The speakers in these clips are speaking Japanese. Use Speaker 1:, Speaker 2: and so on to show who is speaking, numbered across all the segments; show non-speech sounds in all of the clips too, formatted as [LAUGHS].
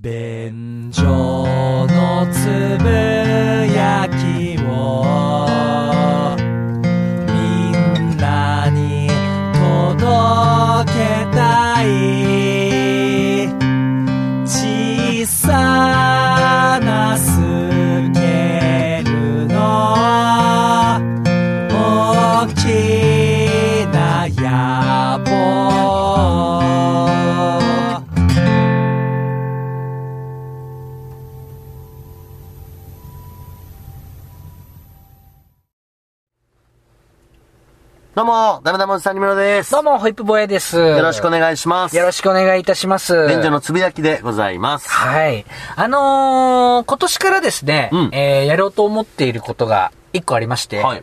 Speaker 1: 便所のつぶやきをみんなに届けたい小さなスケールの大きな野望
Speaker 2: どうも、ダメダメおじさんにみろです。
Speaker 3: どうも、ホイップボーイです。
Speaker 2: よろしくお
Speaker 3: ね、
Speaker 2: 願いします。
Speaker 3: よろ
Speaker 2: し
Speaker 3: しくお願いいたします。
Speaker 2: く。便所のつぶやきでございます。
Speaker 3: はい。あのー、今年からですね、
Speaker 2: うん
Speaker 3: えー、やろうと思っていることが一個ありまして、
Speaker 2: はい。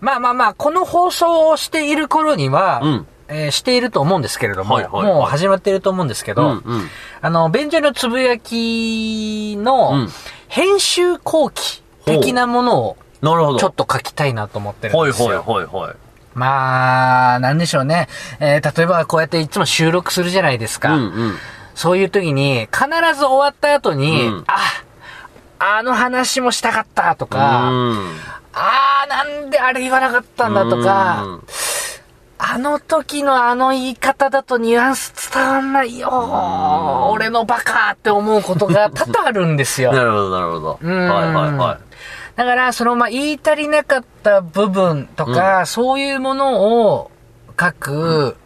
Speaker 3: まあまあまあ、この放送をしている頃には、
Speaker 2: うん
Speaker 3: えーしていると思うんですけれども、
Speaker 2: はいはいはい
Speaker 3: もう始まっていると思うんですけ
Speaker 2: う
Speaker 3: ど、
Speaker 2: ん、うん。
Speaker 3: あの、便所のつぶやきの
Speaker 2: うん
Speaker 3: 編集後期的なものを
Speaker 2: なるほ
Speaker 3: ちょっと書きたいなと思ってるんですよ。
Speaker 2: はい、はい。
Speaker 3: まあ、なんでしょうね。えー例えばこうやっていつも収録するじゃないです
Speaker 2: う
Speaker 3: か。
Speaker 2: ん、うん。
Speaker 3: そういう時に、必ず終わった後に、
Speaker 2: うん
Speaker 3: あ、あの話もしたかったとか、
Speaker 2: うん。
Speaker 3: ああ、なんであれ言わなかったんだと
Speaker 2: う
Speaker 3: か
Speaker 2: ん、、
Speaker 3: あの時のあの言い方だとニュアンス伝わんないよー、俺のバカって思うこと
Speaker 2: [LAUGHS]
Speaker 3: が多々あるんですよ。
Speaker 2: なるほど、なるほど。
Speaker 3: ん
Speaker 2: はい、はい、は
Speaker 3: だから、その、まあ、言い足りなかった部分とか、そういうものを書く、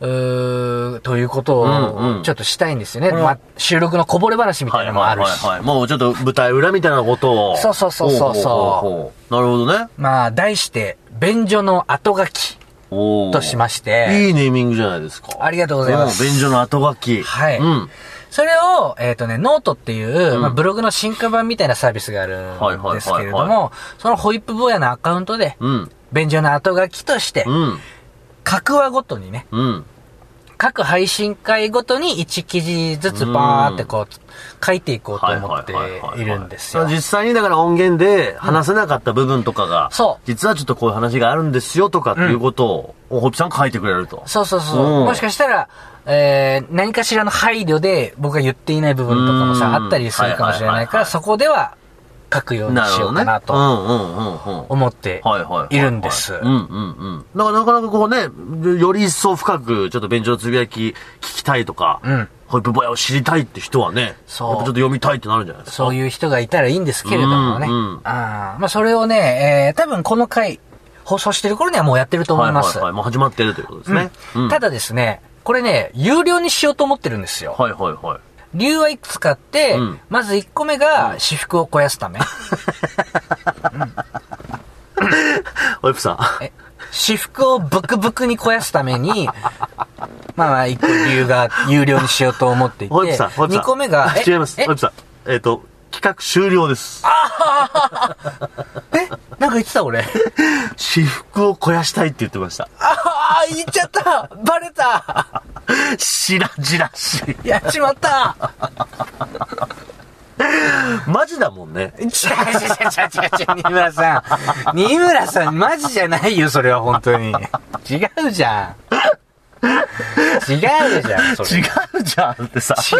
Speaker 3: うーということ
Speaker 2: うんう
Speaker 3: を
Speaker 2: ん、
Speaker 3: ちょっとしたいんですよね。
Speaker 2: うん
Speaker 3: まあ、収録のこぼれ話み
Speaker 2: い。
Speaker 3: た
Speaker 2: はいい、
Speaker 3: な
Speaker 2: は
Speaker 3: のも
Speaker 2: い、
Speaker 3: ある
Speaker 2: はい
Speaker 3: し。
Speaker 2: はい。もうちょっと舞台裏みたいなことを。
Speaker 3: そうそうそうそうそ
Speaker 2: ほう
Speaker 3: う
Speaker 2: ほうほうなるほどね。
Speaker 3: まあ、題して、便所の後書き
Speaker 2: おー
Speaker 3: としまして、
Speaker 2: いいネーミングじゃないですか。
Speaker 3: ありがとうございます
Speaker 2: うん便所の後書き。
Speaker 3: はい
Speaker 2: うん。
Speaker 3: それを、えっ、とね、ノートっていう、
Speaker 2: うん
Speaker 3: まあ、ブログの進化版みたいなサービスがある
Speaker 2: はいはいはいは
Speaker 3: ん
Speaker 2: い
Speaker 3: ですけれども、そのホイップ坊やのアカウントで、
Speaker 2: うん。
Speaker 3: 便所の後書きとして
Speaker 2: う、ん。
Speaker 3: 各話ごとにね、
Speaker 2: うん。
Speaker 3: 各配信会ごとに1記事ずつバーってこう、書いていこうと思っているんですよ。
Speaker 2: 実際にだから音源で話せなかった部分とかが、
Speaker 3: そう
Speaker 2: 実はちょっとこういう話があるんですよとかっていうことを、ホップさんが書いてくれると。
Speaker 3: そうそうそうう。
Speaker 2: ん
Speaker 3: もしかしたら、えー、何かしらの配慮で僕が言っていない部分とかも
Speaker 2: うん
Speaker 3: さ、あったりするかもしれない
Speaker 2: はいはい
Speaker 3: か
Speaker 2: はいは
Speaker 3: ら、
Speaker 2: い
Speaker 3: そこでは書くように
Speaker 2: なる
Speaker 3: し
Speaker 2: ほ
Speaker 3: よ
Speaker 2: ど
Speaker 3: う
Speaker 2: ね。
Speaker 3: かな
Speaker 2: うん
Speaker 3: と
Speaker 2: うんうんうん。
Speaker 3: 思って
Speaker 2: はいはいはいはい
Speaker 3: いるんです。
Speaker 2: うんうんうん。だからなかなかこうね、より一層深く、ちょっと便所のつぶやき聞きたいとか、
Speaker 3: うん
Speaker 2: ホイップボヤを知りたいって人はね、
Speaker 3: そう
Speaker 2: やっぱちょっと読みたいってなるんじゃないですか。
Speaker 3: そういう人がいたらいいんですけれどもね。
Speaker 2: うん
Speaker 3: あ
Speaker 2: うん
Speaker 3: あーまあそれをね、えー、多分この回、放送してる頃にはもうやってると思います
Speaker 2: はいはい。はい。もう始まってるということですね。
Speaker 3: うんただですね、これね、有料にしようと思ってるんですよ。
Speaker 2: はいはいはい。
Speaker 3: 理由はいくつかあって、
Speaker 2: うん
Speaker 3: まず1個目が、私服を肥やすため。
Speaker 2: ホイップさん。
Speaker 3: え私服をブクブクに肥やすために、 [LAUGHS] まあまあ、1個理由が有料にしようと思っていて、
Speaker 2: ホイップさん、ホイップさん。
Speaker 3: 2個目が、
Speaker 2: 違います。
Speaker 3: え
Speaker 2: ホイップさん。えっと、企画終了です。
Speaker 3: ええなんか言って
Speaker 2: [LAUGHS]
Speaker 3: た俺。
Speaker 2: 私服を肥やしたいって言ってました。
Speaker 3: ああ、言っちゃったバレた
Speaker 2: しらじらしい。
Speaker 3: やっちまった
Speaker 2: マジだもんね。
Speaker 3: [LAUGHS] 違う違う違う違う違う、新村さん。新村さん、マジじゃないよ、それは本当に。違うじゃん。違うじゃん、それ。
Speaker 2: 違うじゃんってさ。
Speaker 3: 違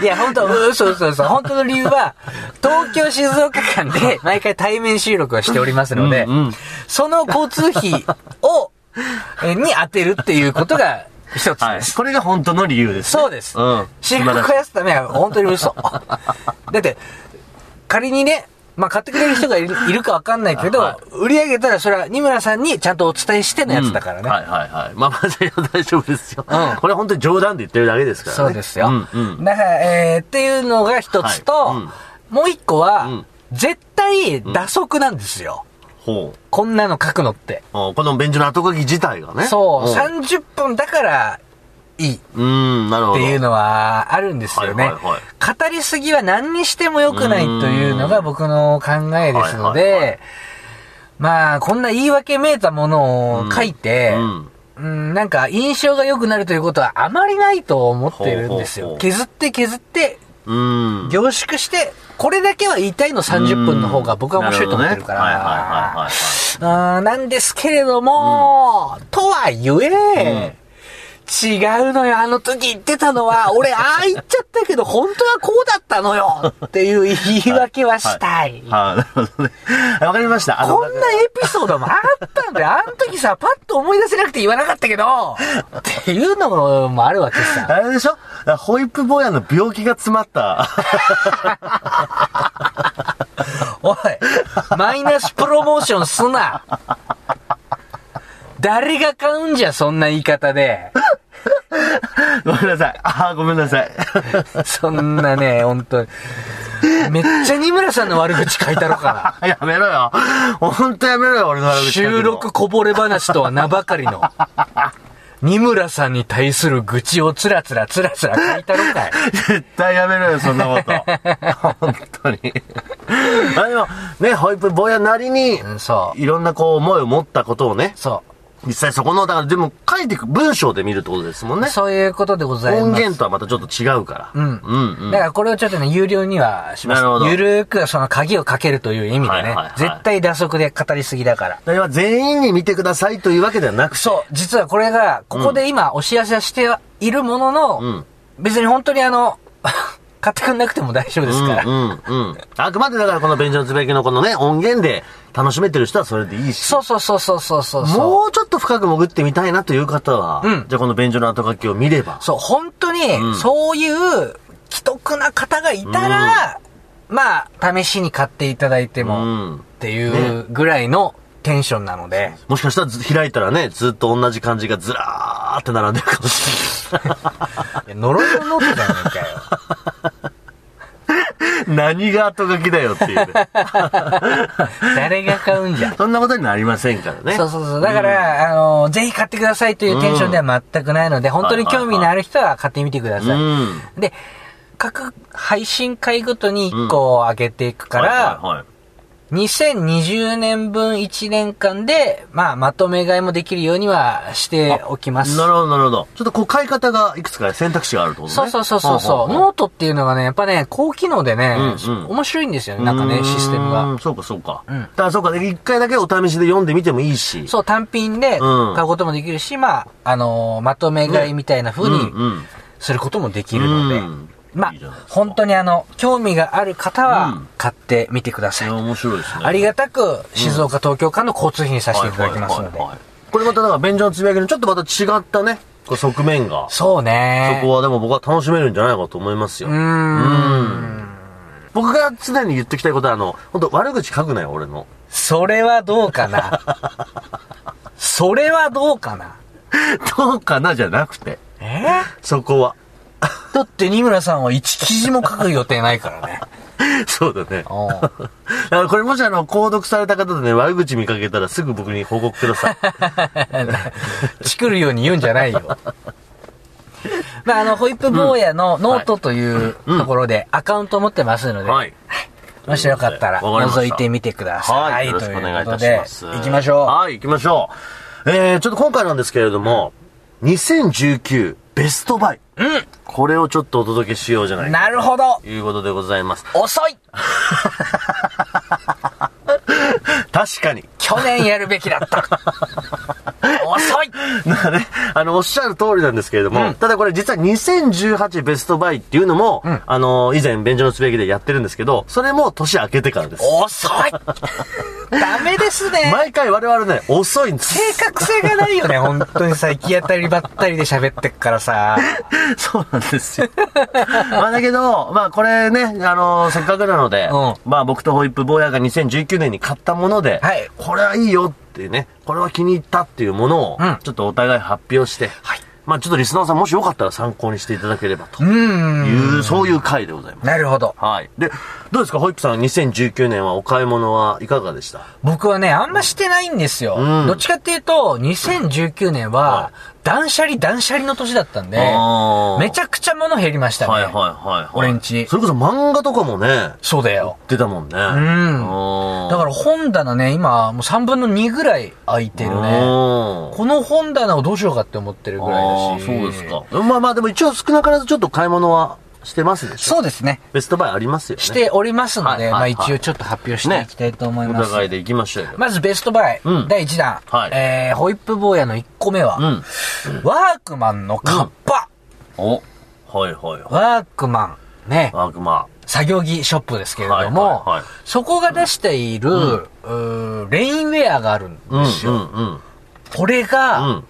Speaker 3: う。いや、本当嘘嘘嘘。本当の理由は、東京静岡間で毎回対面収録をしておりますので、
Speaker 2: うんうん
Speaker 3: その交通費を、えに当てるっていうことが一つ
Speaker 2: は
Speaker 3: で
Speaker 2: い。
Speaker 3: す。
Speaker 2: これが本当の理由ですね。
Speaker 3: そうです。
Speaker 2: うん。
Speaker 3: 私服増やすためは本当に嘘。 [LAUGHS] だって、仮にね、まあ、買ってくれる人
Speaker 2: [LAUGHS]
Speaker 3: がいるいるかわかんないけど、
Speaker 2: は
Speaker 3: 売り上げたらそれは、二村さんにちゃんとお伝えしてのやつだからね。
Speaker 2: うんはいはいはい。まあまあ、じゃあ大丈夫ですよ。
Speaker 3: うん
Speaker 2: これは本当に冗談で言ってるだけですからね。
Speaker 3: そうですよ。
Speaker 2: うんうん。
Speaker 3: だから、えー、っていうのが一つと、
Speaker 2: はいうん
Speaker 3: もう一個は、
Speaker 2: うん
Speaker 3: 絶対、打足なんですよ。
Speaker 2: ほう。
Speaker 3: こんなの書くのって。
Speaker 2: あこの便所の後書き自体がね。
Speaker 3: そう、
Speaker 2: ん
Speaker 3: 30分だから、いい。
Speaker 2: うん、なるほ
Speaker 3: っ
Speaker 2: ど。
Speaker 3: ていうのはあるんですよね。
Speaker 2: はいはいはい
Speaker 3: 語りすぎは何にしても良くないというのが僕の考えですので、
Speaker 2: はいは
Speaker 3: まあ、こんな言い訳めいたものを書いて、
Speaker 2: う
Speaker 3: うん
Speaker 2: ん。
Speaker 3: なんか印象が良くなるということはあまりないと思ってるんですよ。
Speaker 2: ほうほうほう
Speaker 3: 削って削って、
Speaker 2: うん。
Speaker 3: 凝縮して、これだけは言いたいの30分の方が僕は面白いと思ってるか
Speaker 2: なほどねはいはいはい
Speaker 3: ら
Speaker 2: はい。。
Speaker 3: あーなんですけれども、とはゆえ、違うのよ、あの時言ってたの [LAUGHS] は、俺、ああ言っちゃったけど、本当はこうだったのよっていう言い訳はしたい。
Speaker 2: はい、なるほどね。わかりました。あの
Speaker 3: こんなエピソードもあったんだよ。あの時さ、パッと思い出せなくて言わなかったけど、っていうのもあるわけさ。
Speaker 2: あれでしょだからホイップ坊やの病気が詰まった。 [LAUGHS]
Speaker 3: おい、マイナスプロモーションすな。誰が買うんじゃ、そんな言い方で。
Speaker 2: ごめんなさい。ああ、ごめんなさい。 [LAUGHS]
Speaker 3: [LAUGHS] そんなね、本当に。めっちゃ二村さんの悪口書いたろか
Speaker 2: やめろよ。ほんとやめろよ、俺の悪
Speaker 3: な。
Speaker 2: 口書くの
Speaker 3: 収録こぼれ話とは名ばかりの。二村さんに対する愚痴をつらつらつらつら書いたろかい。
Speaker 2: 絶対やめろよ、そんなこと。本当に。 [LAUGHS] まあでも、ね、ホイップ坊やなりに、
Speaker 3: うんそう。
Speaker 2: いろんなこう思いを持ったことをね、
Speaker 3: そ
Speaker 2: 実際そこの、だからでも書いていく文章で見るってことですもん
Speaker 3: う。
Speaker 2: ね。
Speaker 3: そういうことでございます。
Speaker 2: 音源とはまたちょっと違うから。
Speaker 3: うん
Speaker 2: うんうん。
Speaker 3: だからこれをちょっとね、有料にはします
Speaker 2: なるほ。ど
Speaker 3: ゆるーくその鍵をかけるという意味でね、
Speaker 2: はいはいはい
Speaker 3: 絶対打足で語りすぎだから。
Speaker 2: それは全員に見てくださいというわけではなく
Speaker 3: そう、実はこれが、ここで今お知らせはしてはいるものの、
Speaker 2: うん
Speaker 3: 別に本当にあの、 [LAUGHS] 買ってくんなくても大丈夫ですから。
Speaker 2: うんうんうん。あくまでだからこの便所のつべきのこのね、音源で楽しめてる人はそれでいいし。
Speaker 3: そうそうそうそうそうそう。
Speaker 2: もうちょっと深く潜ってみたいなという方は、
Speaker 3: うん
Speaker 2: じゃあこの便所の後書きを見れば。
Speaker 3: そう、本当
Speaker 2: う
Speaker 3: に、
Speaker 2: ん
Speaker 3: そういう、既得な方がいたら、まあ、試しに買っていただいて
Speaker 2: う
Speaker 3: も、
Speaker 2: ん
Speaker 3: っていうぐらいのテンションなので。
Speaker 2: もしかしたらず開いたらね、ずっと同じ漢字がずらーって並んでるかもし
Speaker 3: いや呪いのノートじゃない
Speaker 2: [LAUGHS]
Speaker 3: かよ。
Speaker 2: れない。 [LAUGHS] 何が後書きだよっていう、ね。 [LAUGHS]
Speaker 3: 誰が買うんじゃん。
Speaker 2: そんなことになりませんからね。
Speaker 3: そうそうそう。だから、あの、ぜひ買ってくださいというテンションでは全くないので、本当に興味のある人は買ってみてくだ
Speaker 2: う
Speaker 3: さい。
Speaker 2: ん。
Speaker 3: で、各配信会ごとに1個上げていくから、
Speaker 2: はいはいはい
Speaker 3: 2020年分1年間で、まあ、まとめ買いもできるようにはしておきます。
Speaker 2: なるほど、なるほど。ちょっとこう、買い方がいくつか選択肢があるってことね。
Speaker 3: そうそうそうそうそう。
Speaker 2: ほほ
Speaker 3: ノートっていうのがね、やっぱね、高機能でね、
Speaker 2: うんうん
Speaker 3: 面白いんですよね、なんか
Speaker 2: うー
Speaker 3: ね、システムが。。
Speaker 2: そうか、そうか。
Speaker 3: うん
Speaker 2: だからそうか、ね、一回だけお試しで読んでみてもいいし。
Speaker 3: そう、単品で
Speaker 2: うん
Speaker 3: 買うこともできるし、まあ、あのーまとめ買いみたいな
Speaker 2: う
Speaker 3: 風
Speaker 2: ん
Speaker 3: に
Speaker 2: うん。
Speaker 3: することもできるので、
Speaker 2: うん
Speaker 3: まあ
Speaker 2: いいじゃないです、か
Speaker 3: 本当にあの、興味がある方
Speaker 2: う
Speaker 3: は
Speaker 2: ん
Speaker 3: 買ってみてくだ
Speaker 2: い
Speaker 3: さい。
Speaker 2: や、面白いですね。
Speaker 3: ありがたく、静岡、東京間の交通費にさせていただきます
Speaker 2: はいはい
Speaker 3: ので。
Speaker 2: はいはいこれまただから、便所のつぶやきのちょっとまた違ったね、こう側面が。そ
Speaker 3: そうね。
Speaker 2: こはでも僕は楽しめるんじゃないかと思いますよ
Speaker 3: う。ーん。
Speaker 2: 僕が常に言ってきたいことは、あの、本当悪口書くなよ、俺
Speaker 3: [LAUGHS]
Speaker 2: の。
Speaker 3: それはどう
Speaker 2: [LAUGHS]
Speaker 3: かな。それはどうかな。
Speaker 2: どうかなじゃなくて、
Speaker 3: え
Speaker 2: そこは。
Speaker 3: だって、二村さんは一記事も書く予定ないからね。
Speaker 2: [LAUGHS] そうだね。
Speaker 3: おう
Speaker 2: だからこれもしあの、購読された方でね、悪口見かけたらすぐ僕に報告ください。
Speaker 3: [LAUGHS] [LAUGHS] チクるように言うんじゃないよ。 [LAUGHS] まあ、あの、ホイップ坊やのノートという
Speaker 2: うん
Speaker 3: ところでアカウント持ってますので、
Speaker 2: はい。
Speaker 3: もしよかった
Speaker 2: わ
Speaker 3: ら
Speaker 2: かりました
Speaker 3: 覗いてみてください。
Speaker 2: はい。よろしくお願いいたします。
Speaker 3: ということで行きましょう。
Speaker 2: はい、行きましょう。えー、ちょっと今回なんですけれども、2019ベストバイ。
Speaker 3: うん
Speaker 2: これをちょっとお届けしようじゃないか
Speaker 3: なるほど
Speaker 2: ということでございます。 [LAUGHS]
Speaker 3: 遅い
Speaker 2: 確かに。 [LAUGHS]
Speaker 3: 去年やるべきだった遅い
Speaker 2: なんかね、あの、おっしゃる通りなんですけれども、
Speaker 3: うん
Speaker 2: ただこれ実は2018ベストバイっていうのも、
Speaker 3: ん
Speaker 2: あの、以前、便所のすべきでやってるんですけど、それも年明けてからです。
Speaker 3: 遅いダメですね
Speaker 2: 毎回我々ね、遅いんです。
Speaker 3: 正確性がないよね、本当にさ、行き当たりばったりで喋ってっからさ。
Speaker 2: [LAUGHS] そうなんですよ。まあだけど、まあこれね、あのーせっかくなので、
Speaker 3: うん
Speaker 2: まあ僕とホイップ坊やが2019年に買ったもので、
Speaker 3: はい
Speaker 2: これはいいよっていうね、これは気に入ったっていうものを
Speaker 3: うん、
Speaker 2: ちょっとお互い発表して、
Speaker 3: はい
Speaker 2: まあちょっとリスナーさんもしよかったら参考にしていただければと
Speaker 3: う
Speaker 2: いう、
Speaker 3: ーん。
Speaker 2: そういう回でございます。
Speaker 3: なるほど。
Speaker 2: はい。で、どうですか、ホイップさん、2019年はお買い物はいかがでした
Speaker 3: 僕はね、あんましてないんですよ。
Speaker 2: うん
Speaker 3: どっちかっていうと、2019年
Speaker 2: は
Speaker 3: は、断捨離断捨離の年だったんで、
Speaker 2: あー
Speaker 3: めちゃくちゃ物減りましたね。
Speaker 2: はいはいはいはい。
Speaker 3: 俺んち
Speaker 2: それこそ漫画とかもね、
Speaker 3: そうだよ。
Speaker 2: 出たもんね。うん
Speaker 3: だから本棚ね、今、もう3分の2ぐらい空いてるね。
Speaker 2: ね
Speaker 3: この本棚をどうしようかって思ってるぐらいだし。
Speaker 2: あーそうですか。まあまあでも一応少なからずちょっと買い物はしてますでしょ
Speaker 3: そうですね。
Speaker 2: ベストバイありますよね。
Speaker 3: しておりますの
Speaker 2: はい
Speaker 3: で、
Speaker 2: はい
Speaker 3: ま
Speaker 2: は
Speaker 3: あ
Speaker 2: い
Speaker 3: 一応ちょっと発表していきたいと思い
Speaker 2: お
Speaker 3: ます。
Speaker 2: 互いで行きましょうよ。
Speaker 3: まずベストバイ、
Speaker 2: うん
Speaker 3: 第1弾、
Speaker 2: はい
Speaker 3: えー、ホイップ坊やの1個目は、
Speaker 2: うん。
Speaker 3: ワークマンのカッパ、
Speaker 2: おはいはいはい。
Speaker 3: ワークマン、ね、
Speaker 2: 悪魔。
Speaker 3: 作業着ショップですけれども、
Speaker 2: はいはいはい
Speaker 3: そこが出している、うーレインウェアがあるん
Speaker 2: うん、う
Speaker 3: ですよ。
Speaker 2: ん、うん。
Speaker 3: これ
Speaker 2: う
Speaker 3: が、
Speaker 2: ん。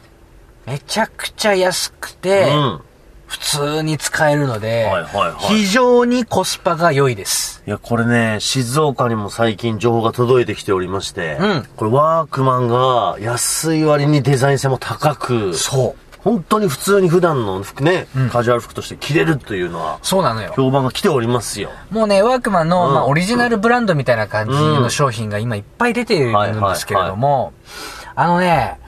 Speaker 3: めちゃくちゃ安くて、
Speaker 2: うん。
Speaker 3: 普通に使えるので、
Speaker 2: はいはいはい
Speaker 3: 非常にコスパが良いです。
Speaker 2: いや、これね、静岡にも最近情報が届いてきておりまして、
Speaker 3: うん
Speaker 2: これワークマンが安い割にデザイン性も高く、
Speaker 3: そう。
Speaker 2: 本当に普通に普段の服ね、カジュアル服として着れるというのは、
Speaker 3: そうなのよ。
Speaker 2: 評判が来ておりますよ。
Speaker 3: もうね、ワークマンの、
Speaker 2: うん
Speaker 3: まあ、オリジナルブランドみたいな感じ
Speaker 2: う
Speaker 3: の
Speaker 2: ん
Speaker 3: 商品が今いっぱい出ているんですけれども、あのね、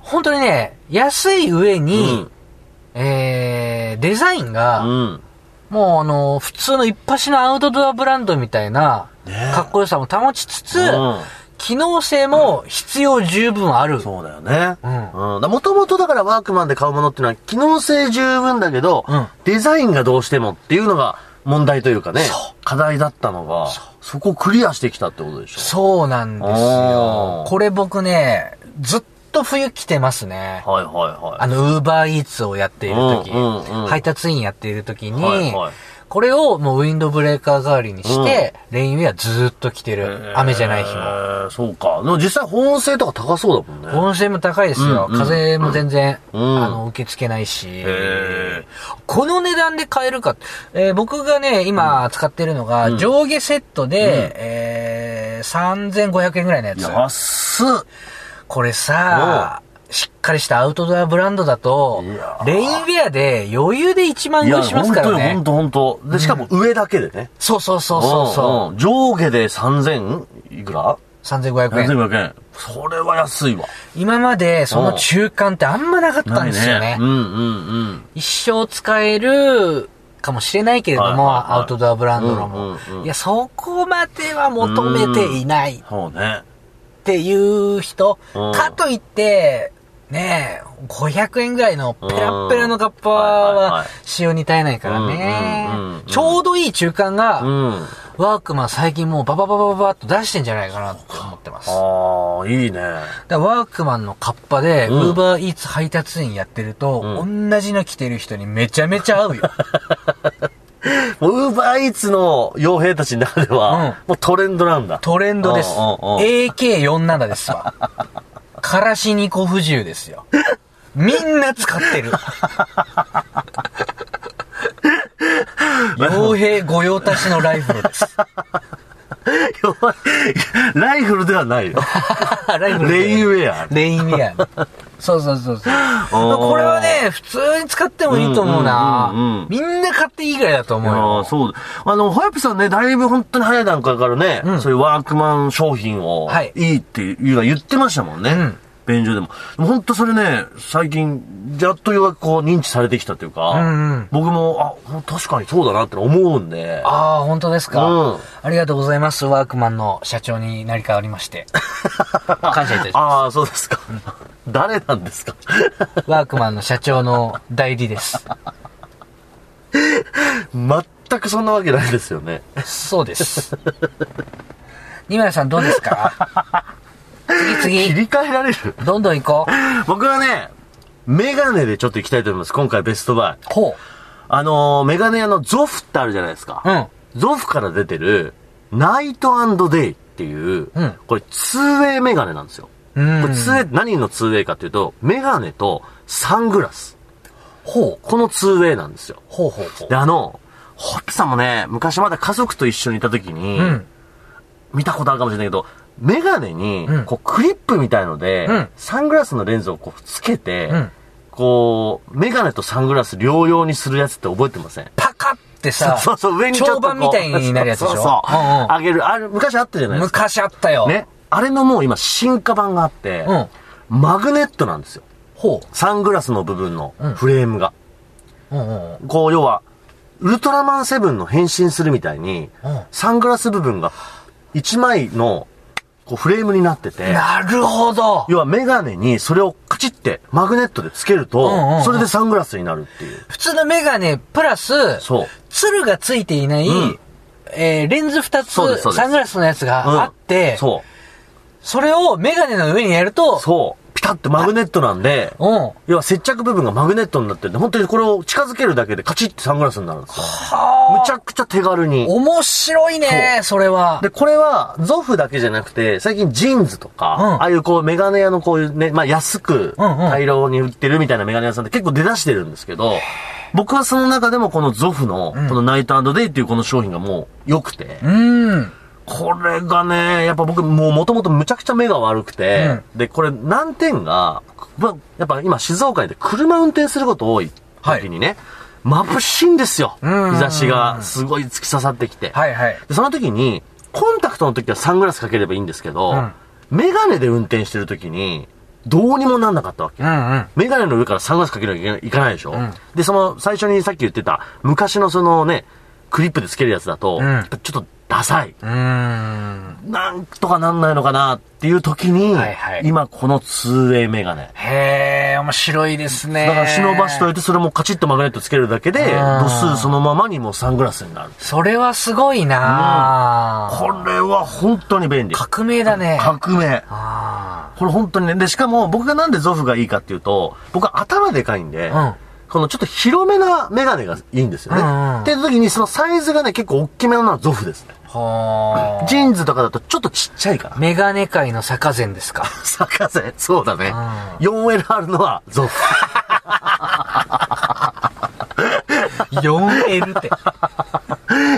Speaker 3: 本当にね、安い上に、えー、デザイン
Speaker 2: う
Speaker 3: が、
Speaker 2: ん。
Speaker 3: もうあの、普通の一発のアウトドアブランドみたいな、かっこよさも保ちつつ、
Speaker 2: うん
Speaker 3: 機能性も必要十分ある。
Speaker 2: そうだよね。
Speaker 3: うん
Speaker 2: もともとだからワークマンで買うものっていうのは、機能性十分だけど、
Speaker 3: うん
Speaker 2: デザインがどうしてもっていうのが問題というかね
Speaker 3: そ、
Speaker 2: 課題だったのが、そこをクリアしてきたってことでしょ。
Speaker 3: そうなんですよ
Speaker 2: お。ー
Speaker 3: これ僕ね、ずっと冬着てますね。
Speaker 2: はいはいは
Speaker 3: あ
Speaker 2: い。
Speaker 3: の、ウーバーイーツをやっている時、
Speaker 2: うんうんうん
Speaker 3: 配達員やっている時に、
Speaker 2: はいはい
Speaker 3: これをもうウィンドブレーカー代わりにして、レインウェアずーっと着てる。雨じゃない日
Speaker 2: え
Speaker 3: も。
Speaker 2: ーそうか。でも実際保温性とか高そうだもんね。
Speaker 3: 保温性も高いですよ。
Speaker 2: うんうん
Speaker 3: 風も全然、
Speaker 2: うん
Speaker 3: あの、受け付けないし
Speaker 2: へー。
Speaker 3: この値段で買えるか。えー僕がね、今使ってるのが、上下セットで、えー、3500円ぐらいのやつ。
Speaker 2: 安っ
Speaker 3: これさ、しっかりしたアウトドアブランドだと
Speaker 2: いや、ー
Speaker 3: レインウェアで余裕で1万
Speaker 2: いや、
Speaker 3: 円します
Speaker 2: 本
Speaker 3: から
Speaker 2: 当に
Speaker 3: ね
Speaker 2: 本。当本当で、しかも上だけでね。
Speaker 3: そうそうそうそうそう
Speaker 2: うんうん上下で3000いくら
Speaker 3: う。3500円。
Speaker 2: ?3500 円。それは安いわ。
Speaker 3: 今までその中間ってあんまなかったんですよね
Speaker 2: う。んうんうん。
Speaker 3: 一生使えるかもしれないけれども、
Speaker 2: はいはいはい
Speaker 3: アウトドアブランドのも
Speaker 2: うんうんう。ん
Speaker 3: いや、そこまでは求めていないっ
Speaker 2: そうね。
Speaker 3: ていう人、
Speaker 2: うん
Speaker 3: かといって、ねえ、500円ぐらいのペラッペラのカッパ
Speaker 2: うんはいはいは
Speaker 3: はい使用に耐えないから
Speaker 2: うんうんうんうん
Speaker 3: ね。ちょうどいい中間
Speaker 2: う
Speaker 3: が、
Speaker 2: ん。
Speaker 3: ワークマン最近もうババババババッと出してんじゃないかなって思ってます。
Speaker 2: ああ、いいね。
Speaker 3: だからワークマンのカッパで、ウ
Speaker 2: ん
Speaker 3: ーバーイーツ配達員やってると、同じの着てる人にめちゃめちゃ合
Speaker 2: [LAUGHS]
Speaker 3: うよ。
Speaker 2: もう、ウーバーイーツの傭兵たちの中では、
Speaker 3: うん
Speaker 2: もうトレンドなんだ。 [LAUGHS]
Speaker 3: トレンドです。
Speaker 2: うんうんうん
Speaker 3: AK47 ですわ。からしにこ不自由です
Speaker 2: [LAUGHS]
Speaker 3: よ。みんな使ってる。傭兵御用達のライフルです。
Speaker 2: ライフルではないよ。
Speaker 3: [LAUGHS] [LAUGHS] ライフルで
Speaker 2: レインウェア。
Speaker 3: レインウェア。そうそうそうそう。これはね、普通に使ってもいいと思うな、
Speaker 2: うんうんうんうん
Speaker 3: みんな買っていいぐらいだと思う
Speaker 2: ああ、
Speaker 3: よ。
Speaker 2: そうだ。あの、ホヤップさんね、だいぶ本当に早い段階からね、
Speaker 3: うん
Speaker 2: そういうワークマン商品を、
Speaker 3: はい
Speaker 2: いいっていうのは言ってましたもんね。
Speaker 3: ん
Speaker 2: 便所でも。でも本当それね、最近、やっとようやくこう認知されてきたというか、
Speaker 3: んうん
Speaker 2: 僕も、あ、確かにそうだなって思うんで、
Speaker 3: ああ、本当ですか、
Speaker 2: うん
Speaker 3: ありがとうございます。ワークマンの社長になり [LAUGHS] 変わりまして。感謝いたします。
Speaker 2: ああ、そうですか。 [LAUGHS] 誰なんですか
Speaker 3: ワークマンの社長の代理です。
Speaker 2: 全くそんなわけないですよね。
Speaker 3: [LAUGHS] そうです。二村さんどうですか次
Speaker 2: 切
Speaker 3: 次、
Speaker 2: り替えられる
Speaker 3: どんどん行こう。
Speaker 2: 僕はね、メガネでちょっと行きたいと思います。今回ベストバイ。
Speaker 3: ほ
Speaker 2: あのー、メガネ屋のゾフってあるじゃないですか。
Speaker 3: う。うん。
Speaker 2: ゾフから出てる、ナイトデイっていう、
Speaker 3: うん
Speaker 2: これ 2way メガネなんですよ。
Speaker 3: うん
Speaker 2: これ 2way、何の 2way かっていうと、メガネとサングラス。
Speaker 3: ほう。
Speaker 2: この 2way なんですよ。
Speaker 3: ほうほうほう
Speaker 2: で、。あの、ホッピさんもね、昔まだ家族と一緒にいた時に、
Speaker 3: うん。
Speaker 2: 見たことあるかもしれないけど、メガネに
Speaker 3: うん、
Speaker 2: こう、クリップみたいので、
Speaker 3: うん
Speaker 2: サングラスのレンズをこう、つけて、
Speaker 3: うん
Speaker 2: こう、メガネとサングラス両用にするやつって覚えてません
Speaker 3: パカってさ、
Speaker 2: そうそう、上にちょっとこう。
Speaker 3: 長板みたいになるやつでしょ
Speaker 2: そうそう。
Speaker 3: うんうん
Speaker 2: あげる。あれ、昔あったじゃないですか。
Speaker 3: 昔あったよ。。
Speaker 2: ね。あれのもう今、進化版があって、
Speaker 3: うん
Speaker 2: マグネットなんですよ。
Speaker 3: ほ
Speaker 2: サングラスの部分の
Speaker 3: うん
Speaker 2: フレームが。
Speaker 3: う。うんうんうん。
Speaker 2: こう、要は、ウルトラマンセブンの変身するみたいに、
Speaker 3: うん
Speaker 2: サングラス部分が一枚のこうフレームになってて、
Speaker 3: なるほど。
Speaker 2: 要はメガネにそれをカチってマグネットでつけると、
Speaker 3: うんうんうん
Speaker 2: それでサングラスになるっていう。
Speaker 3: 普通のメガネプラス、
Speaker 2: そう
Speaker 3: つるがついていない、
Speaker 2: うん
Speaker 3: えーレンズ2
Speaker 2: そうですそう
Speaker 3: つ、
Speaker 2: です
Speaker 3: サングラスのやつ
Speaker 2: うん
Speaker 3: があって、
Speaker 2: そ
Speaker 3: それをメガネの上にやると
Speaker 2: う。、そう。ピタッとマグネットなんで、
Speaker 3: うん。
Speaker 2: 要は接着部分がマグネットになってて、本当にこれを近づけるだけでカチッてサングラスになるんですよ。
Speaker 3: は
Speaker 2: むちゃくちゃ手軽に
Speaker 3: あ。。面白いね、それは。
Speaker 2: で、これは、ゾフだけじゃなくて、最近ジーンズとか、
Speaker 3: うん
Speaker 2: ああいうこう、メガネ屋のこういうね、まあ安く、
Speaker 3: うんうん
Speaker 2: 大量に売ってるみたいなメガネ屋さんって結構出だしてるんですけど、僕はその中でもこのゾフの、このナイトデイっていうこの商品がもう良くて、
Speaker 3: うん。
Speaker 2: これがね、やっぱ僕もう元々むちゃくちゃ目が悪くて、で、これ難点が、まやっぱ今静岡で車運転すること多い時にね、眩しいんですよ。
Speaker 3: んうんうん
Speaker 2: 日差しがすごい突き刺さってきて。
Speaker 3: はいはい。
Speaker 2: で、その時に、コンタクトの時はサングラスかければいいんですけど、
Speaker 3: うん
Speaker 2: メガネで運転してる時に、どうにもなんなかったわけ。
Speaker 3: うんうん。
Speaker 2: メガネの上からサングラスかけなきゃいけないでしょ、
Speaker 3: ん
Speaker 2: で、その、最初にさっき言ってた、昔のそのね、クリップでつけるやつだと、
Speaker 3: うん
Speaker 2: やっぱちょっとダサい。
Speaker 3: うーん。
Speaker 2: なんとかなんないのかなっていう時に、
Speaker 3: はいはい
Speaker 2: 今この 2way メガネ。
Speaker 3: へえ、面白いですね。
Speaker 2: だから忍ばしといて、それもカチッとマグネットつけるだけで、
Speaker 3: ん
Speaker 2: 度数そのままにもうサングラスになる。
Speaker 3: それはすごいな、
Speaker 2: これは本当に便利。
Speaker 3: 革命だね。
Speaker 2: 革命。
Speaker 3: あ
Speaker 2: これ本当にね。で、しかも僕がなんでゾフがいいかっていうと、僕は頭でかいんで、
Speaker 3: うん
Speaker 2: このちょっと広めなメガネがいいんですよね。
Speaker 3: うんうん
Speaker 2: っていう時にそのサイズがね、結構大きめなのはゾフですね。
Speaker 3: ーは
Speaker 2: ジーンズとかだとちょっとちっちゃいから [LAUGHS]
Speaker 3: あ。。メガネ界の坂前ですか。
Speaker 2: 逆瀬そうだね。
Speaker 3: う
Speaker 2: 4LR のはゾフ。
Speaker 3: 4L って。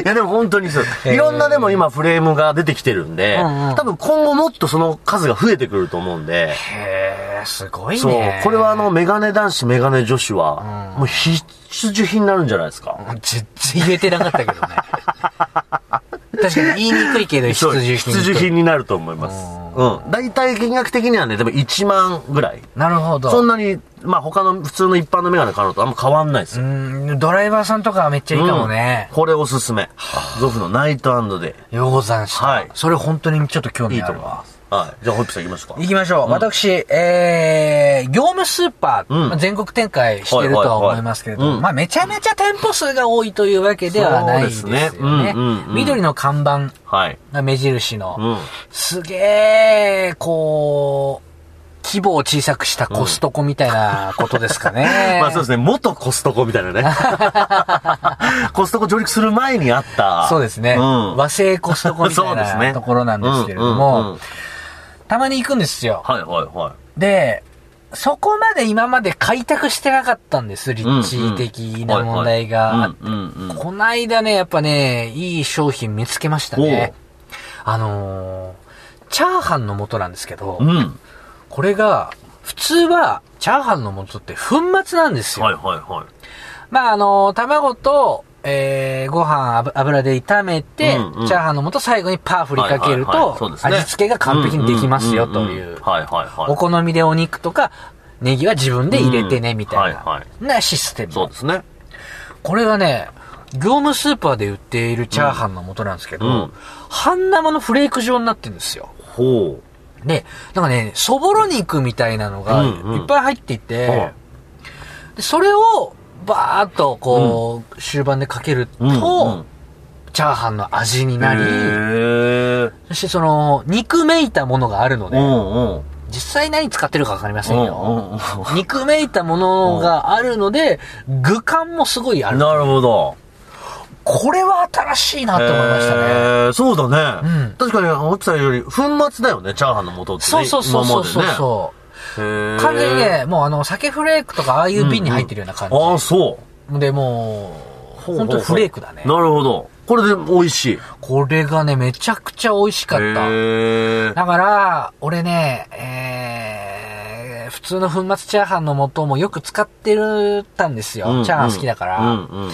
Speaker 2: いやでも本当にそう。
Speaker 3: へー
Speaker 2: いろんなでも今フレームが出てきてるんで、
Speaker 3: うんうん
Speaker 2: 多分今後もっとその数が増えてくると思うんで、
Speaker 3: [LAUGHS] へえ、すごいね。
Speaker 2: そう、これはあの、、メガネ男子、メガネ女子は、もう必需品になるんじゃないですか。
Speaker 3: 全然言えてなかったけ
Speaker 2: [LAUGHS]
Speaker 3: どね。確かに言いにくいけど、必
Speaker 2: そう
Speaker 3: 需品と。
Speaker 2: 必需品になると思います。うん。大体金額的にはね、でも1万ぐらい。
Speaker 3: なるほど。
Speaker 2: そんなに、まあ他の普通の一般のメガネ買うのとあんま変わんないです
Speaker 3: う
Speaker 2: よ。
Speaker 3: ん、ドライバーさんとかはめっちゃいいかもね。
Speaker 2: これおすすめ。ゾフのナイトデ
Speaker 3: 溶山した。
Speaker 2: はい
Speaker 3: それ本当にちょっと興
Speaker 2: イ。いい
Speaker 3: 味あ
Speaker 2: と
Speaker 3: る
Speaker 2: 思い
Speaker 3: わ
Speaker 2: ま。す。はい。じゃあホイップさん行きますか。
Speaker 3: 行きましょう。私、えー、業務スーパー、
Speaker 2: うん
Speaker 3: まあ全国展開してると
Speaker 2: は
Speaker 3: は
Speaker 2: いはいはい
Speaker 3: 思いますけれども、
Speaker 2: うん
Speaker 3: まあめちゃめちゃ店舗数が多いというわけではないですよね。
Speaker 2: そうですねうんうんうん
Speaker 3: 緑の看板
Speaker 2: はい。
Speaker 3: が目印の、
Speaker 2: うん。。
Speaker 3: すげー、こう、規模を小さくしたコストコみたいなことですかね
Speaker 2: [LAUGHS] まあそうですね、元コストコみたい
Speaker 3: [LAUGHS]
Speaker 2: なね。コストコ上陸する前にあった。
Speaker 3: そうですね。
Speaker 2: うん。
Speaker 3: 和製コストコみたい
Speaker 2: そうです
Speaker 3: な
Speaker 2: ね
Speaker 3: ところなんですけれど
Speaker 2: うんうんう
Speaker 3: も
Speaker 2: ん、
Speaker 3: たまに行くんですよ。
Speaker 2: はいはいはい。
Speaker 3: で、そこまで今まで開拓してなかったんです。立地的な問題があって。
Speaker 2: うんうんうん
Speaker 3: こないだね、やっぱね、いい商品見つけましたね。あのー、チャーハンの素なんですけど
Speaker 2: う、ん。
Speaker 3: これが、普通は、チャーハンの素って粉末なんですよ。
Speaker 2: はいはいはい。
Speaker 3: まあ、あのー卵と、えー、ご飯油油で炒めて、
Speaker 2: うんうん
Speaker 3: チャーハンの素最後にパー振りかける
Speaker 2: はいはいはいそう
Speaker 3: と
Speaker 2: で、すね
Speaker 3: 味付けが完璧にできますよと
Speaker 2: んんん
Speaker 3: い
Speaker 2: ん
Speaker 3: う
Speaker 2: はいはいはい。
Speaker 3: お好みでお肉とか、ネギは自分で入れてね、
Speaker 2: うん
Speaker 3: みたい
Speaker 2: はいは
Speaker 3: な、なシステム。
Speaker 2: そうですね。
Speaker 3: これがね、業務スーパーで売っているチャーハンの元なんですけど、
Speaker 2: うん
Speaker 3: 半生のフレーク状になってるんですよ。
Speaker 2: ほ
Speaker 3: で、なんかね、そぼろ肉みたいなのが
Speaker 2: うんうん
Speaker 3: いっぱい入っていて、
Speaker 2: はい
Speaker 3: でそれをバーっとこう、終盤でかけると、
Speaker 2: う。うん
Speaker 3: チャーハンの味に
Speaker 2: うん。
Speaker 3: な
Speaker 2: へ
Speaker 3: り、
Speaker 2: ー
Speaker 3: そしてその、肉めいたものがあるの
Speaker 2: う
Speaker 3: で、
Speaker 2: んうん。
Speaker 3: 実際何使ってるかわかりませ
Speaker 2: うんん
Speaker 3: よ。
Speaker 2: うん
Speaker 3: 肉めいたものがあるので、具感もすごいあ
Speaker 2: うん。
Speaker 3: る。
Speaker 2: なるほど。
Speaker 3: これは新しいなと思いました
Speaker 2: へ
Speaker 3: ね。
Speaker 2: ー。そうだね。
Speaker 3: うん
Speaker 2: 確かに、ホップさんより、粉末だよね、チャーハンの素ってね。
Speaker 3: そうそうそうそうそう
Speaker 2: う。
Speaker 3: そう。
Speaker 2: へー
Speaker 3: 完全にね、もうあの、酒フレークとかああいう瓶に入ってるような感じ。
Speaker 2: ああ、そう。
Speaker 3: で、もう、
Speaker 2: ほうほう
Speaker 3: 本当にフレークだね。
Speaker 2: なるほど。これで美味しい。
Speaker 3: これがね、めちゃくちゃ美味しかった。
Speaker 2: へー
Speaker 3: だから、俺ね、えー、普通の粉末チャーハンの素もよく使ってるたんですよ。
Speaker 2: うん
Speaker 3: チャーハン好きだから。
Speaker 2: うんうん。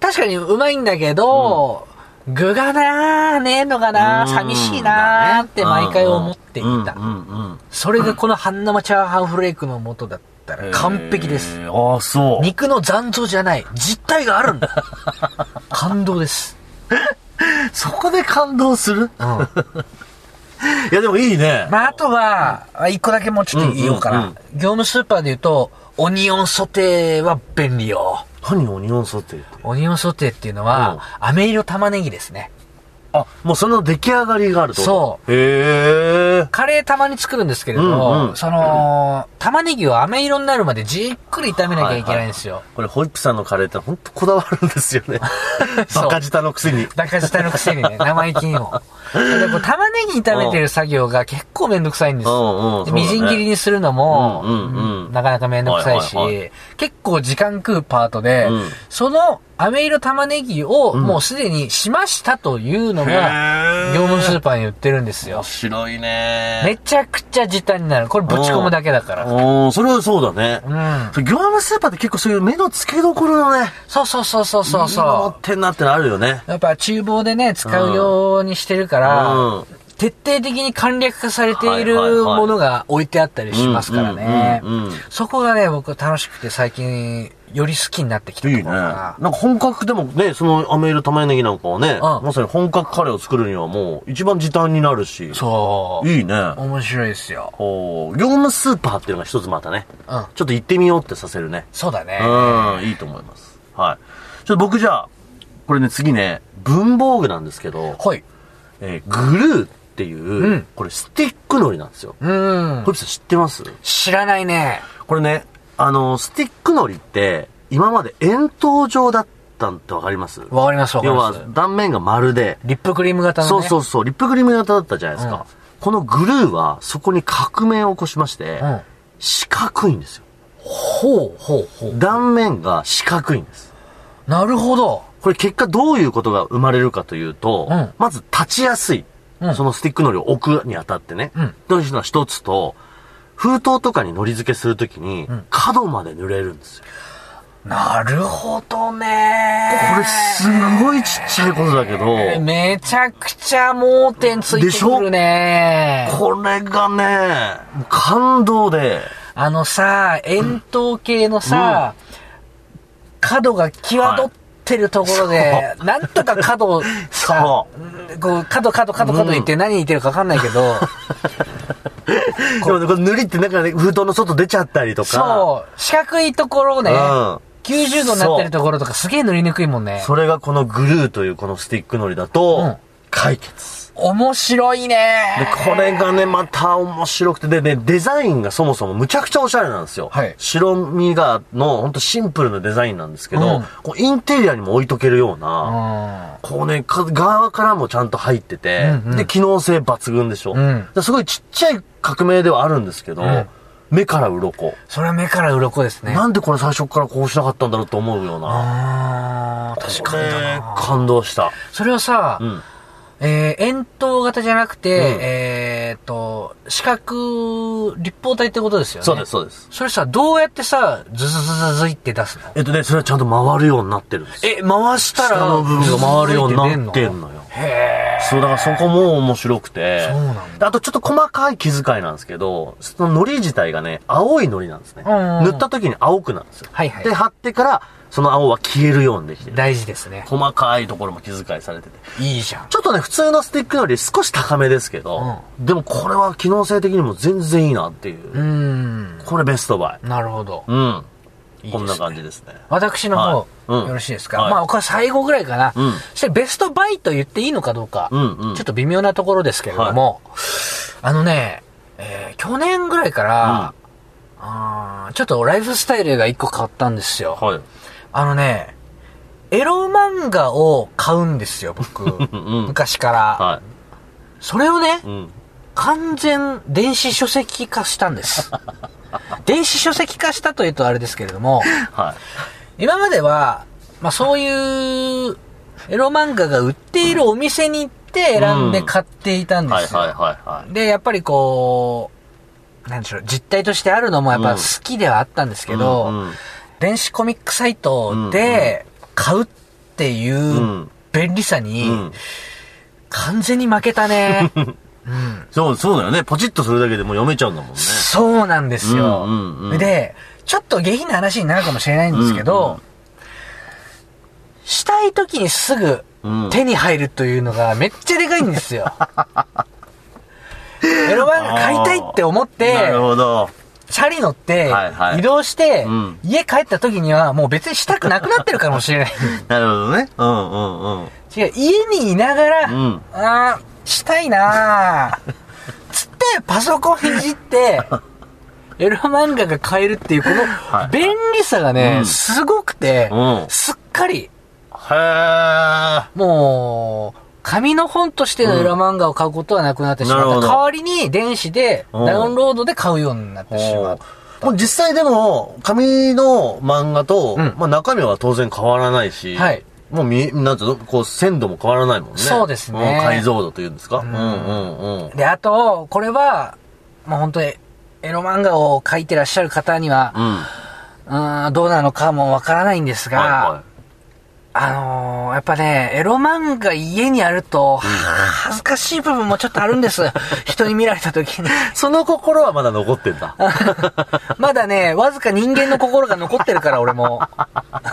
Speaker 3: 確かにうまいんだけど、具がなーねえのがなー寂しいなーって毎回思っていた、
Speaker 2: うんうんうん。
Speaker 3: それがこの半生チャーハンフレークの元だったら完璧です、
Speaker 2: へー。ああ、そう。
Speaker 3: 肉の残像じゃない実体が
Speaker 2: [LAUGHS]
Speaker 3: あるんだ感動です
Speaker 2: そこで感動する
Speaker 3: うん
Speaker 2: いや、でもいいね。
Speaker 3: まあ、あとは、あ一個だけもうちょっと言おうかな。
Speaker 2: うんうんうん
Speaker 3: 業務スーパーで言うと、オニオンソテーは便利よ。
Speaker 2: 何オニオンソテーって。
Speaker 3: オニオンソテーっていうのは、飴色玉ねぎですね。
Speaker 2: あ、もうその出来上がりがあるってこと。
Speaker 3: そう
Speaker 2: へえ。
Speaker 3: カレーたまに作るんですけれど、
Speaker 2: うんうん
Speaker 3: その、玉ねぎを飴色になるまでじっくり炒めなきゃいけないんですよ。
Speaker 2: これ、ホイップさんのカレーって本当こだわるんですよね。
Speaker 3: [LAUGHS] そう
Speaker 2: バカ舌のくせに。
Speaker 3: だから下のくせにね、生意気にも。でこう玉ねぎ炒めてる作業が結構めんどくさいんですよ。
Speaker 2: うんうんそ
Speaker 3: で
Speaker 2: うだね
Speaker 3: みじん切りにするのも、
Speaker 2: うんうんうん
Speaker 3: なかなかめんどくさいし、
Speaker 2: はいはいは
Speaker 3: 結構時間食うパートで、
Speaker 2: うん
Speaker 3: その飴色玉ねぎをもうすでにしましたというのが、
Speaker 2: へー
Speaker 3: 業務スーパーに売ってるんですよ。
Speaker 2: 白いね
Speaker 3: めちゃくちゃ時短になる。これぶち込むだけだから。
Speaker 2: おーそれはそうだね。
Speaker 3: うん。
Speaker 2: それ業務スーパーって結構そういう目の付けどころのね、
Speaker 3: そうそうそうそうそう
Speaker 2: いいもの持
Speaker 3: そ
Speaker 2: ってんなってのあるよね。
Speaker 3: う。やっぱ厨房でね、使うようにしてるから、
Speaker 2: うん
Speaker 3: 徹底的に簡略化されている
Speaker 2: はいはいはい
Speaker 3: ものが置いてあったりしますからね
Speaker 2: うんうんうんうん。
Speaker 3: そこがね、僕楽しくて最近、より好きになってきたところかな。
Speaker 2: なんか本格でもね、そのアメール玉ねぎなんかはね、
Speaker 3: うん
Speaker 2: まさに本格カレーを作るにはもう一番時短になるし。
Speaker 3: そう。
Speaker 2: いいね。
Speaker 3: 面白いですよ。
Speaker 2: おー業務スーパーっていうのが一つまたね、
Speaker 3: うん
Speaker 2: ちょっと行ってみようってさせるね。
Speaker 3: そうだね。
Speaker 2: うん、いいと思います。はい。ちょっと僕じゃあ、これね、次ね、文房具なんですけど、
Speaker 3: ほい。
Speaker 2: えーグルーっていう、
Speaker 3: ん
Speaker 2: これスティックのりなんですよ。
Speaker 3: うん
Speaker 2: こ。れ知ってます
Speaker 3: 知らないね。
Speaker 2: これね、あの、スティックのりって、今まで円筒状だったんってわかります
Speaker 3: わかりますわかり
Speaker 2: 要
Speaker 3: ま
Speaker 2: は
Speaker 3: す。
Speaker 2: 断面が丸で、
Speaker 3: リップクリーム型の
Speaker 2: そう
Speaker 3: ね。。
Speaker 2: そううそう、リップクリーム型だったじゃないですか。
Speaker 3: うん
Speaker 2: このグルーは、そこに革命を起こしまして、
Speaker 3: うん
Speaker 2: 四角いんですよ。
Speaker 3: ほうほうほう。
Speaker 2: 断面が四角いんです。
Speaker 3: なるほど。
Speaker 2: これ結果どういうことが生まれるかというと、
Speaker 3: うん
Speaker 2: まず立ちやすい。
Speaker 3: うん
Speaker 2: そのスティックのりを置くにあたってね。
Speaker 3: うん
Speaker 2: というのは一つと、封筒とかに糊付けするときに、角まで塗れるんですよ。
Speaker 3: なるほどね。
Speaker 2: これすごいちっちゃいことだけど、
Speaker 3: めちゃくちゃ盲点ついてくるね。
Speaker 2: これがね、感動で、
Speaker 3: あのさ、円筒形のさ、角が際立ってるところで、なんとか角を
Speaker 2: [LAUGHS]
Speaker 3: さ
Speaker 2: そ、
Speaker 3: こう、角角角角言って何言ってるか分かんな
Speaker 2: [LAUGHS]
Speaker 3: いけど、
Speaker 2: でもねこれ塗りってなんかね、封筒の外出ちゃったりとか、
Speaker 3: そう、四角いところをね、
Speaker 2: うん
Speaker 3: 90度になってるところとかすげえ塗りにくいもんね。
Speaker 2: それがこのグルーというこのスティックのりだと、
Speaker 3: うん
Speaker 2: 解決。
Speaker 3: 面白い
Speaker 2: で、
Speaker 3: ね。
Speaker 2: これがね、また面白くて、でね、デザインがそもそもむちゃくちゃおしゃれなんですよ。
Speaker 3: はい
Speaker 2: 白身が、の、ほんとシンプルなデザインなんですけど、
Speaker 3: うん
Speaker 2: こうインテリアにも置いとけるよう
Speaker 3: う
Speaker 2: な、
Speaker 3: ん。
Speaker 2: こうね、か側からもちゃんと入ってて、
Speaker 3: うんうん
Speaker 2: で、機能性抜群でしょ。
Speaker 3: うん
Speaker 2: ですごいちっちゃい革命ではあるんですけど、
Speaker 3: ん
Speaker 2: 目から鱗。
Speaker 3: それは目から鱗ですね。
Speaker 2: なんでこれ最初からこうしなかったんだろうと思うような。
Speaker 3: あー確かにだな。
Speaker 2: これ感動した。
Speaker 3: それはさ、
Speaker 2: うん。
Speaker 3: えー、円筒型じゃなくて、
Speaker 2: うん
Speaker 3: えー、と、四角、立方体ってことですよね。
Speaker 2: そうです、。そうです。
Speaker 3: それさ、どうやってさ、ズズズズズイって出すの
Speaker 2: えっとね、それはちゃんと回るようになってるんですよ。
Speaker 3: え、回した
Speaker 2: 下
Speaker 3: ら、
Speaker 2: の部分が回るようになって
Speaker 3: ズズズズイ出
Speaker 2: んのよ。
Speaker 3: へ
Speaker 2: そう、だからそこも面白くて。
Speaker 3: そうなん
Speaker 2: あとちょっと細かい気遣いなんですけど、その糊自体がね、青い糊なんですね。
Speaker 3: うんうん
Speaker 2: 塗った時に青くなるんですよ。
Speaker 3: はいはい
Speaker 2: で、貼ってから、その青は消えるようにできて
Speaker 3: ー。
Speaker 2: る。
Speaker 3: 大事ですね。
Speaker 2: 細かいところも気遣いされてて。
Speaker 3: いいじゃん。
Speaker 2: ちょっとね、普通のスティックより少し高めですけど、でもこれは機能性的にも全然いいなっていう。
Speaker 3: うーん。
Speaker 2: これベストバイ。
Speaker 3: なるほど。
Speaker 2: うん。
Speaker 3: いいですね
Speaker 2: こんな感じですね。
Speaker 3: 私の方、
Speaker 2: はいうん
Speaker 3: よろしいですか、
Speaker 2: はい
Speaker 3: まあ、これ最後ぐらいかな。
Speaker 2: うん
Speaker 3: そしてベストバイと言っていいのかどうか、
Speaker 2: うんうん
Speaker 3: ちょっと微妙なところですけれども、あのね、えー去年ぐらいから、あーちょっとライフスタイルが一個変わったんですよ。
Speaker 2: はい。
Speaker 3: あのね、エロ漫画を買うんです
Speaker 2: [LAUGHS]
Speaker 3: よ、僕。
Speaker 2: ん
Speaker 3: 昔から、
Speaker 2: は
Speaker 3: それをね、
Speaker 2: い。うん。
Speaker 3: 完全電子書籍化したんです。 [LAUGHS] 電子書籍化したというとあれですけれども、
Speaker 2: はい。
Speaker 3: 今までは、まあそういう、エロ漫画が売っているお店に行って選んで買っていたんで
Speaker 2: はいはい
Speaker 3: すよ。
Speaker 2: はいはい。
Speaker 3: で、やっぱりこう、なんでしょう、実態としてあるのもやっぱ
Speaker 2: うん
Speaker 3: 好きではあったんですけど、
Speaker 2: うんうん
Speaker 3: 電子コミックサイトで買うっていううん便利さ
Speaker 2: うん
Speaker 3: に、完全に負けた
Speaker 2: [LAUGHS]
Speaker 3: ね。
Speaker 2: そう、そうだよね。ポチッとするだけでもう読めちゃうんだもんね。
Speaker 3: そうなんですよ。
Speaker 2: うんうんうん
Speaker 3: で、ちょっと下品な話になるかもしれないんですけど、
Speaker 2: うんう
Speaker 3: したい時にすぐ
Speaker 2: うん [LAUGHS]
Speaker 3: 手に入るというのがめっちゃでかいんですよ。エロ漫画買いたいって思って、
Speaker 2: なるほど。
Speaker 3: チャリ乗って
Speaker 2: はいは、い
Speaker 3: 移動して
Speaker 2: うん、
Speaker 3: 家帰った時にはもう別にしたくなくなっ
Speaker 2: [LAUGHS]
Speaker 3: てるかもしれない。
Speaker 2: なるほどね。うんうんうん。
Speaker 3: 違う、家にいながら、
Speaker 2: うん
Speaker 3: あーしたいな
Speaker 2: [LAUGHS]
Speaker 3: ーつって、パソコンいじって、エロ漫画が買えるっていう、この
Speaker 2: い
Speaker 3: 便利さがね、
Speaker 2: うん
Speaker 3: すごくて、
Speaker 2: うん
Speaker 3: すっかり、
Speaker 2: へー。
Speaker 3: もう、紙の本としてのエロ漫画を買うことはなくなってしまった。
Speaker 2: うんなるほど
Speaker 3: 代わりに、電子で、
Speaker 2: うん
Speaker 3: ダウンロードで買うようになってしまう。
Speaker 2: もう実際でも、紙の漫画と、
Speaker 3: うん
Speaker 2: まあ中身は当然変わらないし、
Speaker 3: はい
Speaker 2: もうみ、なんていうの、こう、鮮度も変わらないもんね。
Speaker 3: そうですね
Speaker 2: ん解像度というんですか。うんんうんうん。
Speaker 3: で、あと、これは、もう本当に、エロ漫画を描いてらっしゃる方には
Speaker 2: う、ん。
Speaker 3: うーん、どうなのかもわからないんですが、あのー、やっぱね、エロ漫画家にあると、恥ずかしい部分もちょっとあるんです。
Speaker 2: [LAUGHS]
Speaker 3: 人に見られた時に。
Speaker 2: い。その心はまだ残ってん
Speaker 3: [LAUGHS]
Speaker 2: だ。
Speaker 3: まだね、わずか人間の心が残ってるから、俺も。
Speaker 2: う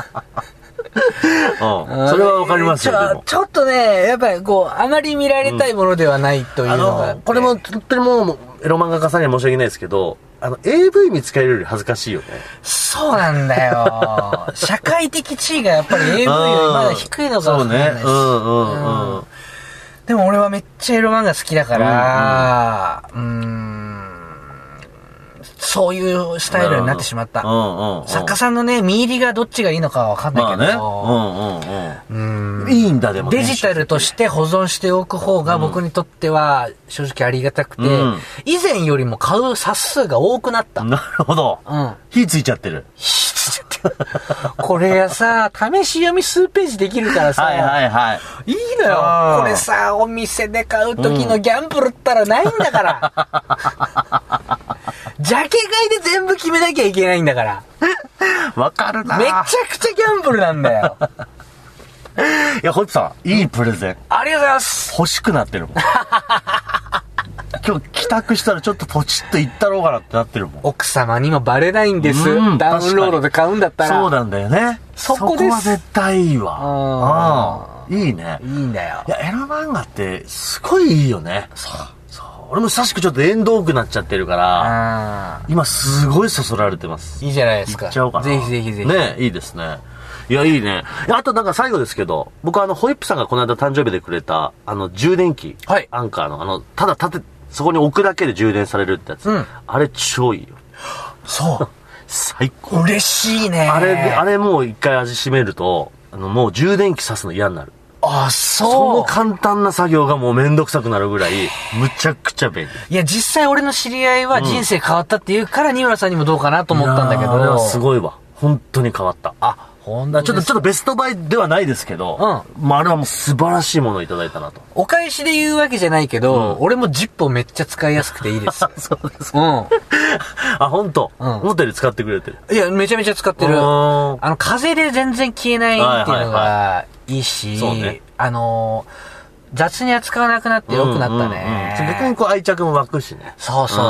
Speaker 2: ん。 [LAUGHS] それはわかりますよ、
Speaker 3: ち
Speaker 2: で
Speaker 3: ょ
Speaker 2: も。
Speaker 3: ちょっとね、やっぱりこう、あまり見られたいものではないという
Speaker 2: あ
Speaker 3: のがあって、
Speaker 2: の、これも、本当にもう、エロ漫画家さんには申し訳ないですけど、あの、AV 見つかれるより恥ずかしいよね。
Speaker 3: そうなんだよ。
Speaker 2: [LAUGHS]
Speaker 3: 社会的地位がやっぱり AV よりまだ低いのかもしれない
Speaker 2: うん
Speaker 3: し。
Speaker 2: そうね。うんうんう
Speaker 3: うん
Speaker 2: ん。
Speaker 3: でも俺はめっちゃエロ漫画好きだから、うーん、そういうスタイルになってしまった
Speaker 2: う。んうんうん。
Speaker 3: 作家さんのね、見入りがどっちがいいのかはわかんないけど、
Speaker 2: まあね。うんうんう
Speaker 3: う
Speaker 2: んん。いいんだ、でもね。
Speaker 3: デジタルとして保存しておく方が僕にとっては正直ありがたくて、
Speaker 2: うん
Speaker 3: 以前よりも買う冊数が多くなった。うん。
Speaker 2: なるほど。火ついちゃってる。
Speaker 3: [LAUGHS] これさ、試し読み数ページできるからさ、
Speaker 2: はいはいはい。
Speaker 3: いいのよ。
Speaker 2: うん
Speaker 3: これさ、お店で買う時のギャンブルったらないん
Speaker 2: [LAUGHS]
Speaker 3: だから。ジャケ買いで全部決めなきゃいけないんだから。
Speaker 2: わかるな
Speaker 3: めちゃくちゃギャンブルなんだ
Speaker 2: [LAUGHS]
Speaker 3: よ。
Speaker 2: いや、ホイップさん、いいプレゼン。
Speaker 3: ありがとうございます。
Speaker 2: 欲しくなって
Speaker 3: [LAUGHS]
Speaker 2: るもん。今日帰宅したらちょっとポチッと行ったろうかなってなってるもん。
Speaker 3: 奥様にもバレないんです
Speaker 2: う。ん
Speaker 3: ダウンロードで買うんだったら。
Speaker 2: そうなんだよね。
Speaker 3: そこです
Speaker 2: は絶対いいわ。うん。いいね
Speaker 3: いい。んだよ
Speaker 2: い。や、エロ漫画って、すごいいいよね。そう。そう。俺も久しくちょっと縁遠くなっちゃってるから、
Speaker 3: あ
Speaker 2: 今すごいそそられてます。
Speaker 3: ーいいじゃないです
Speaker 2: 行
Speaker 3: か。
Speaker 2: っちゃおうかな。
Speaker 3: ぜひぜひぜひ。
Speaker 2: ねいいですね。いや、いいね。いやあとなんか最後ですけど、僕あの、ホイップさんがこの間誕生日でくれた、あの、充電器。
Speaker 3: はい
Speaker 2: アンカーの、あの、ただ立て、そこに置くだけで充電されるってやつ。
Speaker 3: うん
Speaker 2: あれ超いいよ。
Speaker 3: そ
Speaker 2: 最高。
Speaker 3: う。嬉しいね。
Speaker 2: あれ、あれもう一回味しめると、あの、もう充電器刺すの嫌になる。
Speaker 3: あ、
Speaker 2: そ
Speaker 3: そう
Speaker 2: の。簡単な作業がもうめんどくさくなるぐらい、むちゃくちゃ便利。
Speaker 3: いや、実際俺の知り合いは人生変わったって言うから、二村さんにもどうかなと思ったんだけ
Speaker 2: いやーあれ
Speaker 3: ど。
Speaker 2: はすごいわ。本当に変わった。
Speaker 3: あ、ほん
Speaker 2: だ
Speaker 3: と
Speaker 2: からちょっと、
Speaker 3: です
Speaker 2: ちょっとベストバイではないですけど、まああれはもう素晴らしいものをいただいたなと。
Speaker 3: [LAUGHS] お返しで言うわけじゃないけど、
Speaker 2: うん
Speaker 3: 俺もジッポめっちゃ使いやすくていい
Speaker 2: [LAUGHS]
Speaker 3: です。そうです。う
Speaker 2: あ、本当。
Speaker 3: うん
Speaker 2: 思ったより使ってくれてる。
Speaker 3: ん。いや、めちゃめちゃ使って
Speaker 2: う
Speaker 3: る。あ
Speaker 2: ーん
Speaker 3: の、風で全然消えないっていう
Speaker 2: はい
Speaker 3: のがいいし、
Speaker 2: そうね
Speaker 3: あのー、雑に扱わなくなって良くなったね。
Speaker 2: うんうんうん逆にこう愛着も湧くしね。
Speaker 3: そうそうそうそう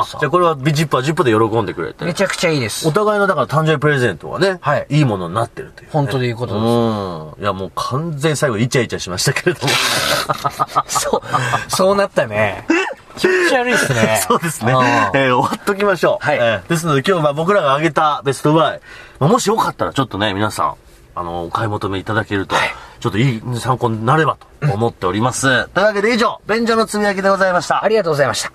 Speaker 2: あじゃあこれはジップはジップで喜んでくれ
Speaker 3: め
Speaker 2: て。
Speaker 3: ちゃくちゃいいです
Speaker 2: お。互いのだから誕生日プレゼントはね、
Speaker 3: はい
Speaker 2: いいものになってるという、ね。
Speaker 3: 本当でいうことです
Speaker 2: うん。いやもう完全に最後イチャイチャしましたけれど [LAUGHS] も。。
Speaker 3: そう、そうなったね。気持ち悪いっすね
Speaker 2: [LAUGHS] そうですね
Speaker 3: ん。
Speaker 2: えー終わっときましょう。
Speaker 3: はい
Speaker 2: えーですので今日まあ僕らが挙げたベストバイ、まあもしよかったらちょっとね、皆さん、あの、お買い求めいただけると、ちょっといい参考になればと思っております。というわけで以上、便所の積み上げでございました
Speaker 3: あ。りがとうございました。